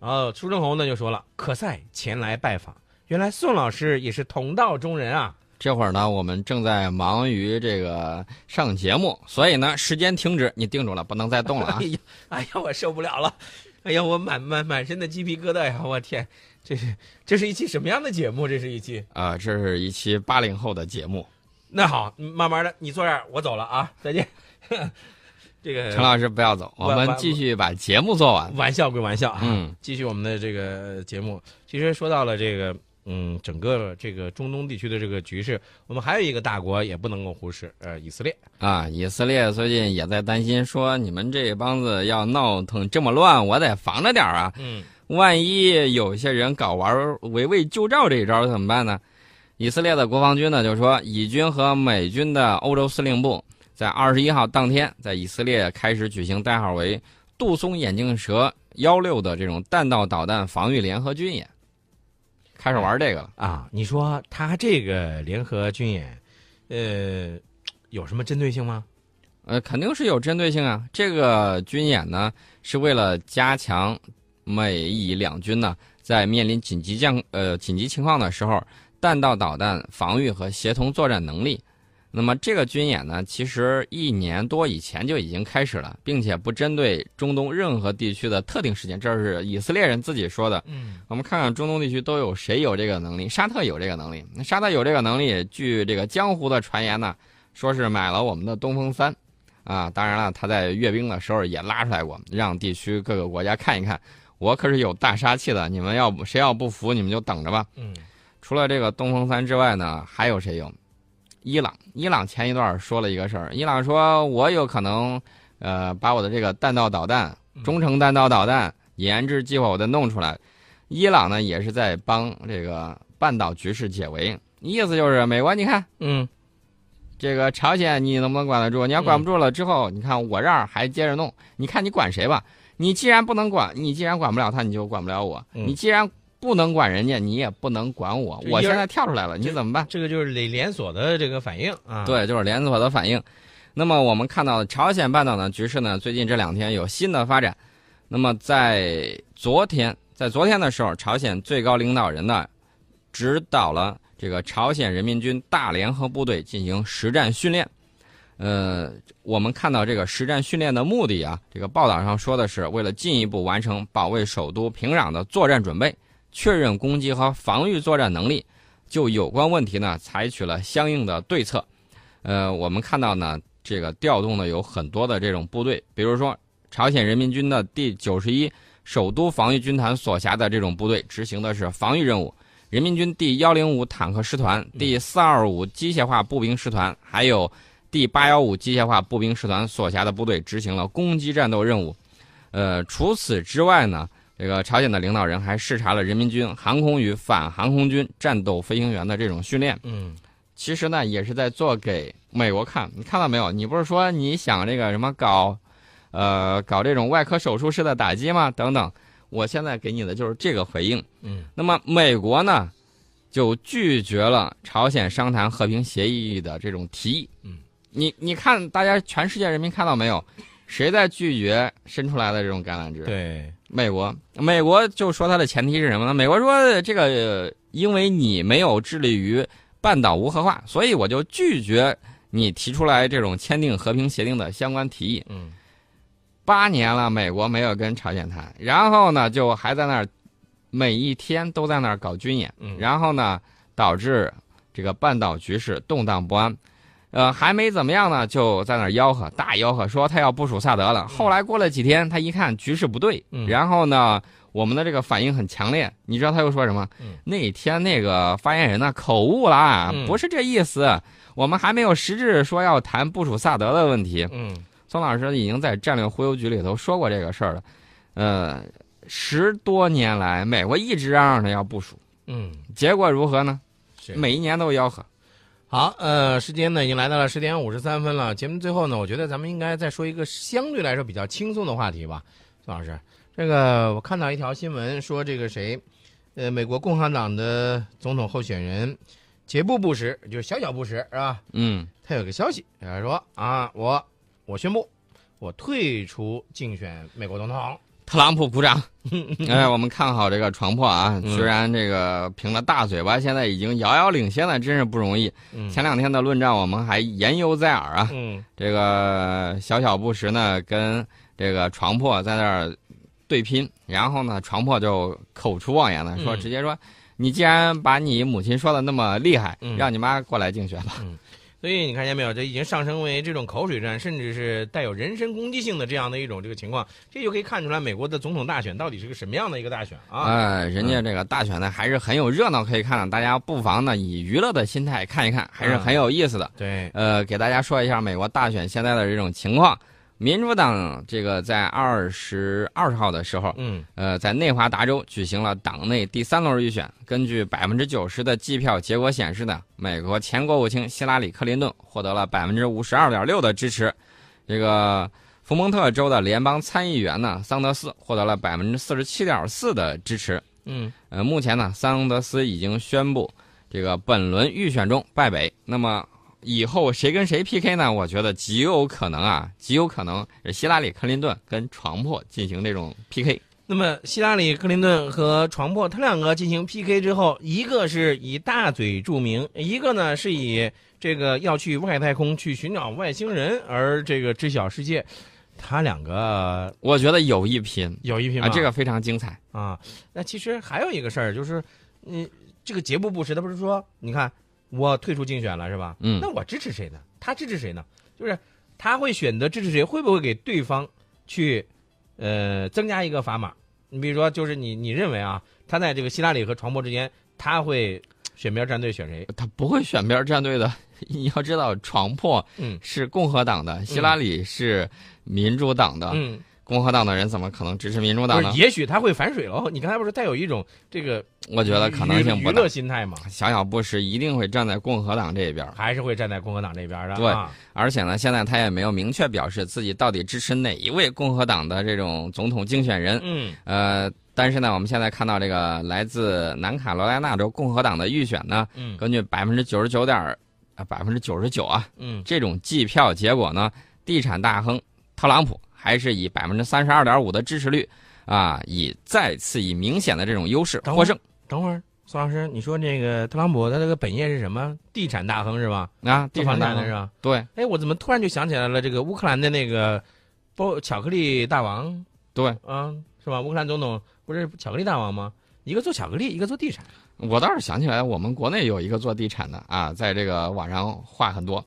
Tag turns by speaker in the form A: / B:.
A: 然后苏正红呢就说了：“可赛前来拜访，原来宋老师也是同道中人啊。
B: 这会儿呢，我们正在忙于这个上节目，所以呢，时间停止，你定住了，不能再动了啊
A: 哎！呀，哎呀，我受不了了！哎呀，我满满满身的鸡皮疙瘩呀！我天，这是这是一期什么样的节目？这是一期……
B: 呃，这是一期八零后的节目，
A: 那好，慢慢的，你坐这儿，我走了啊，再见。 这
B: 陈
A: 个
B: 老师不要走，
A: 我
B: 我们
A: 我
B: 继续把节目做完。
A: 玩笑归玩笑啊，
B: 嗯，
A: 继续我们的这个节目。其实说到了这个，嗯，整个这个中东地区的这个局势，我们还有一个大国也不能够忽视，呃，以色列。
B: 啊，以色列最近也在担心，说你们这帮子要闹腾这么乱，我得防着点儿啊。
A: 嗯，
B: 万一有些人搞玩儿围魏救赵这一招怎么办呢？以色列的国防军呢就说，以军和美军的欧洲司令部在二十一号当天，在以色列开始举行代号为“杜松眼镜蛇幺六”的这种弹道导弹防御联合军演，开始玩这个了。
A: 啊，你说他这个联合军演，呃，有什么针对性吗？
B: 呃，肯定是有针对性啊。这个军演呢，是为了加强美以两军呢在面临紧急降呃紧急情况的时候，弹道导弹防御和协同作战能力。那么这个军演呢，其实一年多以前就已经开始了，并且不针对中东任何地区的特定事件，这是以色列人自己说的。
A: 嗯，
B: 我们看看中东地区都有谁有这个能力？沙特有这个能力，那沙特有这个能力。据这个江湖的传言呢，说是买了我们的东风三，啊，当然了，他在阅兵的时候也拉出来过，让地区各个国家看一看，我可是有大杀器的，你们要不谁要不服，你们就等着吧。
A: 嗯，
B: 除了这个东风三之外呢，还有谁有？伊朗，伊朗前一段说了一个事儿，伊朗说我有可能，呃，把我的这个弹道导弹、中程弹道导弹研制计划我再弄出来。伊朗呢也是在帮这个半岛局势解围，意思就是美国，你看
A: 嗯，
B: 这个朝鲜你能不能管得住？你要管不住了之后，你看我这儿还接着弄，你看你管谁吧？你既然不能管，你既然管不了他，你就管不了我。
A: 嗯
B: 你既然不能管人家，你也不能管我。
A: 就一
B: 我
A: 人
B: 现在跳出来了，你怎么办？
A: 这个就是连连锁的这个反应啊。，
B: 对，就是连锁的反应。那么我们看到朝鲜半岛的局势呢，最近这两天有新的发展。那么在昨天，在昨天的时候，朝鲜最高领导人呢，指导了这个朝鲜人民军大联合部队进行实战训练。呃，我们看到这个实战训练的目的啊，这个报道上说的是为了进一步完成保卫首都平壤的作战准备，确认攻击和防御作战能力，就有关问题呢采取了相应的对策。呃，我们看到呢，这个调动的有很多的这种部队，比如说朝鲜人民军的第九十一首都防御军团所辖的这种部队执行的是防御任务，人民军第幺零五坦克师团、第四二五机械化步兵师团，还有第八幺五机械化步兵师团所辖的部队执行了攻击战斗任务。呃，除此之外呢，这个朝鲜的领导人还视察了人民军航空与反航空军战斗飞行员的这种训练。
A: 嗯，
B: 其实呢，也是在做给美国看。你看到没有？你不是说你想这个什么搞，呃，搞这种外科手术式的打击吗？等等，我现在给你的就是这个回应。
A: 嗯，
B: 那么美国呢，就拒绝了朝鲜商谈和平协议的这种提议。
A: 嗯，
B: 你你看，大家全世界人民看到没有？谁在拒绝伸出来的这种橄榄枝？
A: 对，
B: 美国，美国就说它的前提是什么呢？美国说这个，呃因为你没有致力于半岛无核化，所以我就拒绝你提出来这种签订和平协定的相关提议。
A: 嗯，
B: 八年了，美国没有跟朝鲜谈，然后呢，就还在那儿，每一天都在那儿搞军演
A: 嗯，
B: 然后呢，导致这个半岛局势动荡不安。呃，还没怎么样呢，就在那儿吆喝，大吆喝说他要部署萨德了。后来过了几天，他一看局势不对，
A: 嗯
B: 然后呢，我们的这个反应很强烈。你知道他又说什么？
A: 嗯
B: 那天那个发言人呢口误啦，
A: 嗯
B: 不是这意思，我们还没有实质说要谈部署萨德的问题。
A: 嗯，
B: 宋老师已经在战略忽悠局里头说过这个事儿了，呃，十多年来，美国一直嚷嚷着要部署，
A: 嗯，
B: 结果如何呢？
A: 是。
B: 每一年都吆喝。
A: 好，呃，时间呢已经来到了十点五十三分了。节目最后呢，我觉得咱们应该再说一个相对来说比较轻松的话题吧，宋老师。这个我看到一条新闻说，这个谁，呃，美国共和党的总统候选人杰布·布什，就是小小布什，是吧？
B: 嗯，
A: 他有个消息，他说啊，我我宣布，我退出竞选美国总统。
B: 特朗普鼓掌。 哎，我们看好这个床破啊，
A: 嗯
B: 居然这个凭了大嘴巴，现在已经遥遥领先了，真是不容易。
A: 嗯
B: 前两天的论战我们还言犹在耳啊，
A: 嗯
B: 这个小小布什呢跟这个床破在那儿对拼，然后呢，床破就口出妄言了，说
A: 嗯
B: 直接说。你既然把你母亲说的那么厉害，
A: 嗯
B: 让你妈过来竞选吧。
A: 所以你看见没有，这已经上升为这种口水战，甚至是带有人身攻击性的这样的一种这个情况，这就可以看出来美国的总统大选到底是个什么样的一个大选啊！
B: 呃，人家这个大选呢还是很有热闹可以看的，大家不妨呢以娱乐的心态看一看，还是很有意思的。
A: 对，
B: 呃，给大家说一下美国大选现在的这种情况。民主党这个在二十二号的时候，
A: 嗯
B: 呃，在内华达州举行了党内第三轮预选。根据百分之九十的计票结果显示呢，美国前国务卿希拉里·克林顿获得了百分之五十二点六的支持。这个佛蒙特州的联邦参议员呢，桑德斯获得了百分之四十七点四的支持。
A: 嗯
B: 呃，目前呢，桑德斯已经宣布这个本轮预选中败北。那么以后谁跟谁 PK 呢？我觉得极有可能啊，极有可能是希拉里·克林顿跟床破进行这种 PK。
A: 那么希拉里·克林顿和床破他两个进行 PK 之后，一个是以大嘴著名，一个呢是以这个要去外太空去寻找外星人而这个知晓世界，他两个
B: 我觉得有一拼
A: 有一拼
B: 啊，
A: 吗？
B: 这个非常精彩。
A: 啊，那其实还有一个事儿就是，嗯，这个杰布布什他不是说，你看我退出竞选了是吧？
B: 嗯
A: 那我支持谁呢？他支持谁呢？就是他会选择支持谁，会不会给对方去呃增加一个砝码？你比如说，就是你你认为啊，他在这个希拉里和床博之间，他会选边站队选谁？
B: 他不会选边站队的。 你要知道，床破
A: 嗯
B: 是共和党的，希拉里是民主党的，
A: 嗯，
B: 共和党的人怎么可能支持民主
A: 不
B: 党
A: 是
B: 呢？
A: 也许他会反水喽。 你刚才不是带有一种这个
B: 我觉得可能性
A: 娱
B: 不
A: 娱
B: 大
A: 乐。心态嘛，
B: 小小布什一定会站在共和党这边，
A: 还是会站在共和党这边的。
B: 对
A: 啊、
B: 而且呢，现在他也没有明确表示自己到底支持哪一位共和党的这种总统竞选人。
A: 嗯
B: 呃，但是呢，我们现在看到这个来自南卡罗来纳州共和党的预选呢，
A: 嗯
B: 根据百分之九十九点啊百分之九十九啊
A: 嗯
B: 这种计票结果呢，地产大亨特朗普还是以百分之三十二点五的支持率啊，以再次以明显的这种优势
A: 等会儿
B: 获胜
A: 等会儿，苏老师，你说这个特朗普他这个本业是什么？地产大亨是吧？
B: 啊，地
A: 做
B: 产
A: 房
B: 大
A: 产的是
B: 亨
A: 吧？
B: 对
A: 哎，我怎么突然就想起来了？这个乌克兰的那个包巧克力大王
B: 对，
A: 啊，是吧？乌克兰总统不是巧克力大王吗？一个做巧克力，一个做地产。
B: 我倒是想起来，我们国内有一个做地产的啊，在这个网上话很多。